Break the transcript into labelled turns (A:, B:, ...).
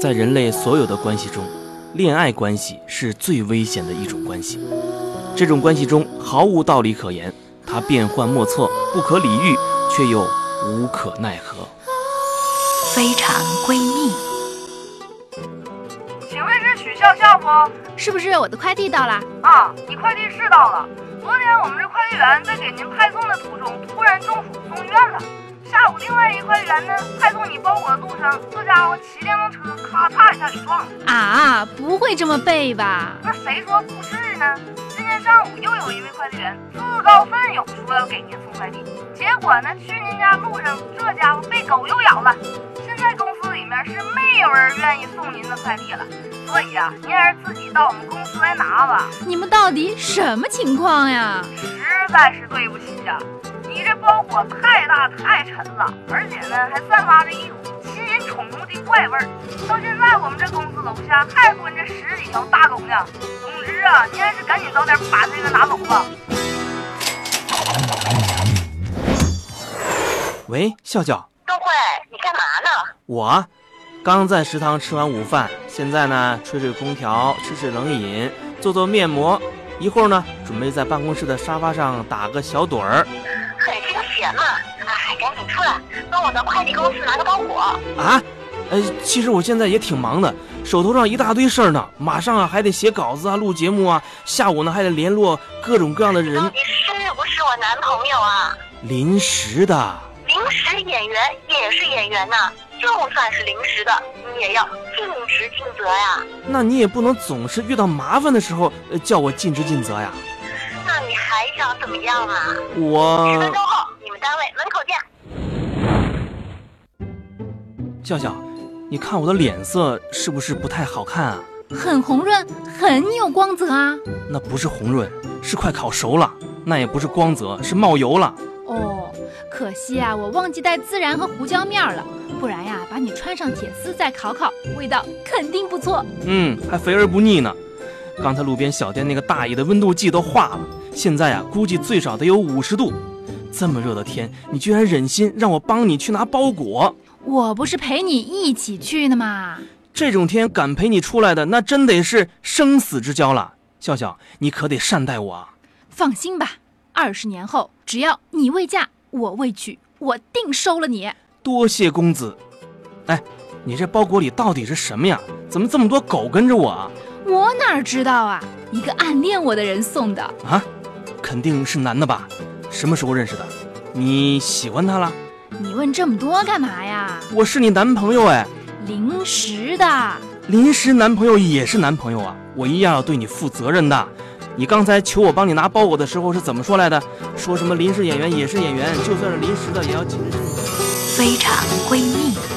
A: 在人类所有的关系中，恋爱关系是最危险的一种关系。这种关系中毫无道理可言，它变幻莫测，不可理喻，却又无可奈何。
B: 非常闺蜜，
C: 请问是许笑笑不？
D: 是不是我的快递到了？
C: 啊，你快递是到了。昨天我们这快递员在给您派送的途中突然中暑送医院了。下午另外一快递员呢派送你包裹的路上，这家伙骑电动车咔嚓一下给撞了。
D: 啊，不会这么背吧？
C: 那谁说不是呢？今天上午又有一位快递员自告奋勇说要给您送快递，结果呢去您家路上这家伙被狗又咬了。现在公司里面是没有人愿意送您的快递了，所以啊，您还是自己到我们公司来拿吧。
D: 你们到底什么情况呀？
C: 实在是对不起呀、你这包裹太大太沉了，而且呢还散发着一股吸引宠物的怪味儿。到现在我们这公司楼下还蹲着十几条大狗呢。总之啊，您还是赶紧早点把这个拿走吧。
A: 喂，笑笑，
E: 东辉，你干嘛呢？
A: 我啊刚在食堂吃完午饭，现在呢吹吹空调，吃吃冷饮，做做面膜，一会儿呢准备在办公室的沙发上打个小盹儿。
E: 很清闲嘛。哎，赶紧出来，帮我到快递公司拿个包裹。
A: 啊，呃，其实我现在也挺忙的，手头上一大堆事儿呢，马上啊还得写稿子啊，录节目啊，下午呢还得联络各种各样的
E: 到
A: 人，
E: 底是不是我男朋友啊？
A: 临时的。
E: 临时演员也是演员呐、就算是临时的，你也要尽职尽责呀。
A: 那你也不能总是遇到麻烦的时候，呃叫我尽职尽责呀。
E: 那你还想怎么样啊？十分
A: 我
E: 钟后，你们单位门口见。
A: 笑笑，你看我的脸色是不是不太好看啊？
D: 很红润，很有光泽啊！
A: 那不是红润，是快烤熟了，那也不是光泽，是冒油了。
D: 哦，可惜啊，我忘记带孜然和胡椒面了，不然呀、把你穿上铁丝再烤烤，味道肯定不错。
A: 嗯，还肥而不腻呢。刚才路边小店那个大爷的温度计都化了，现在啊，估计最少得有五十度。这么热的天，你居然忍心让我帮你去拿包裹？
D: 我不是陪你一起去的嘛？
A: 这种天敢陪你出来的，那真得是生死之交了。笑笑，你可得善待我啊！
D: 放心吧，二十年后，只要你未嫁，我未娶，我定收了你。
A: 多谢公子。哎，你这包裹里到底是什么呀？怎么这么多狗跟着我啊？
D: 我哪知道啊？一个暗恋我的人送的，
A: 啊，肯定是男的吧？什么时候认识的？你喜欢他了？
D: 你问这么多干嘛呀？
A: 我是你男朋友哎。
D: 临时的，
A: 临时男朋友也是男朋友啊，我一样要对你负责任的。你刚才求我帮你拿包裹的时候是怎么说来的？说什么临时演员也是演员，就算是临时的也要尽职尽责。
B: 非常闺蜜。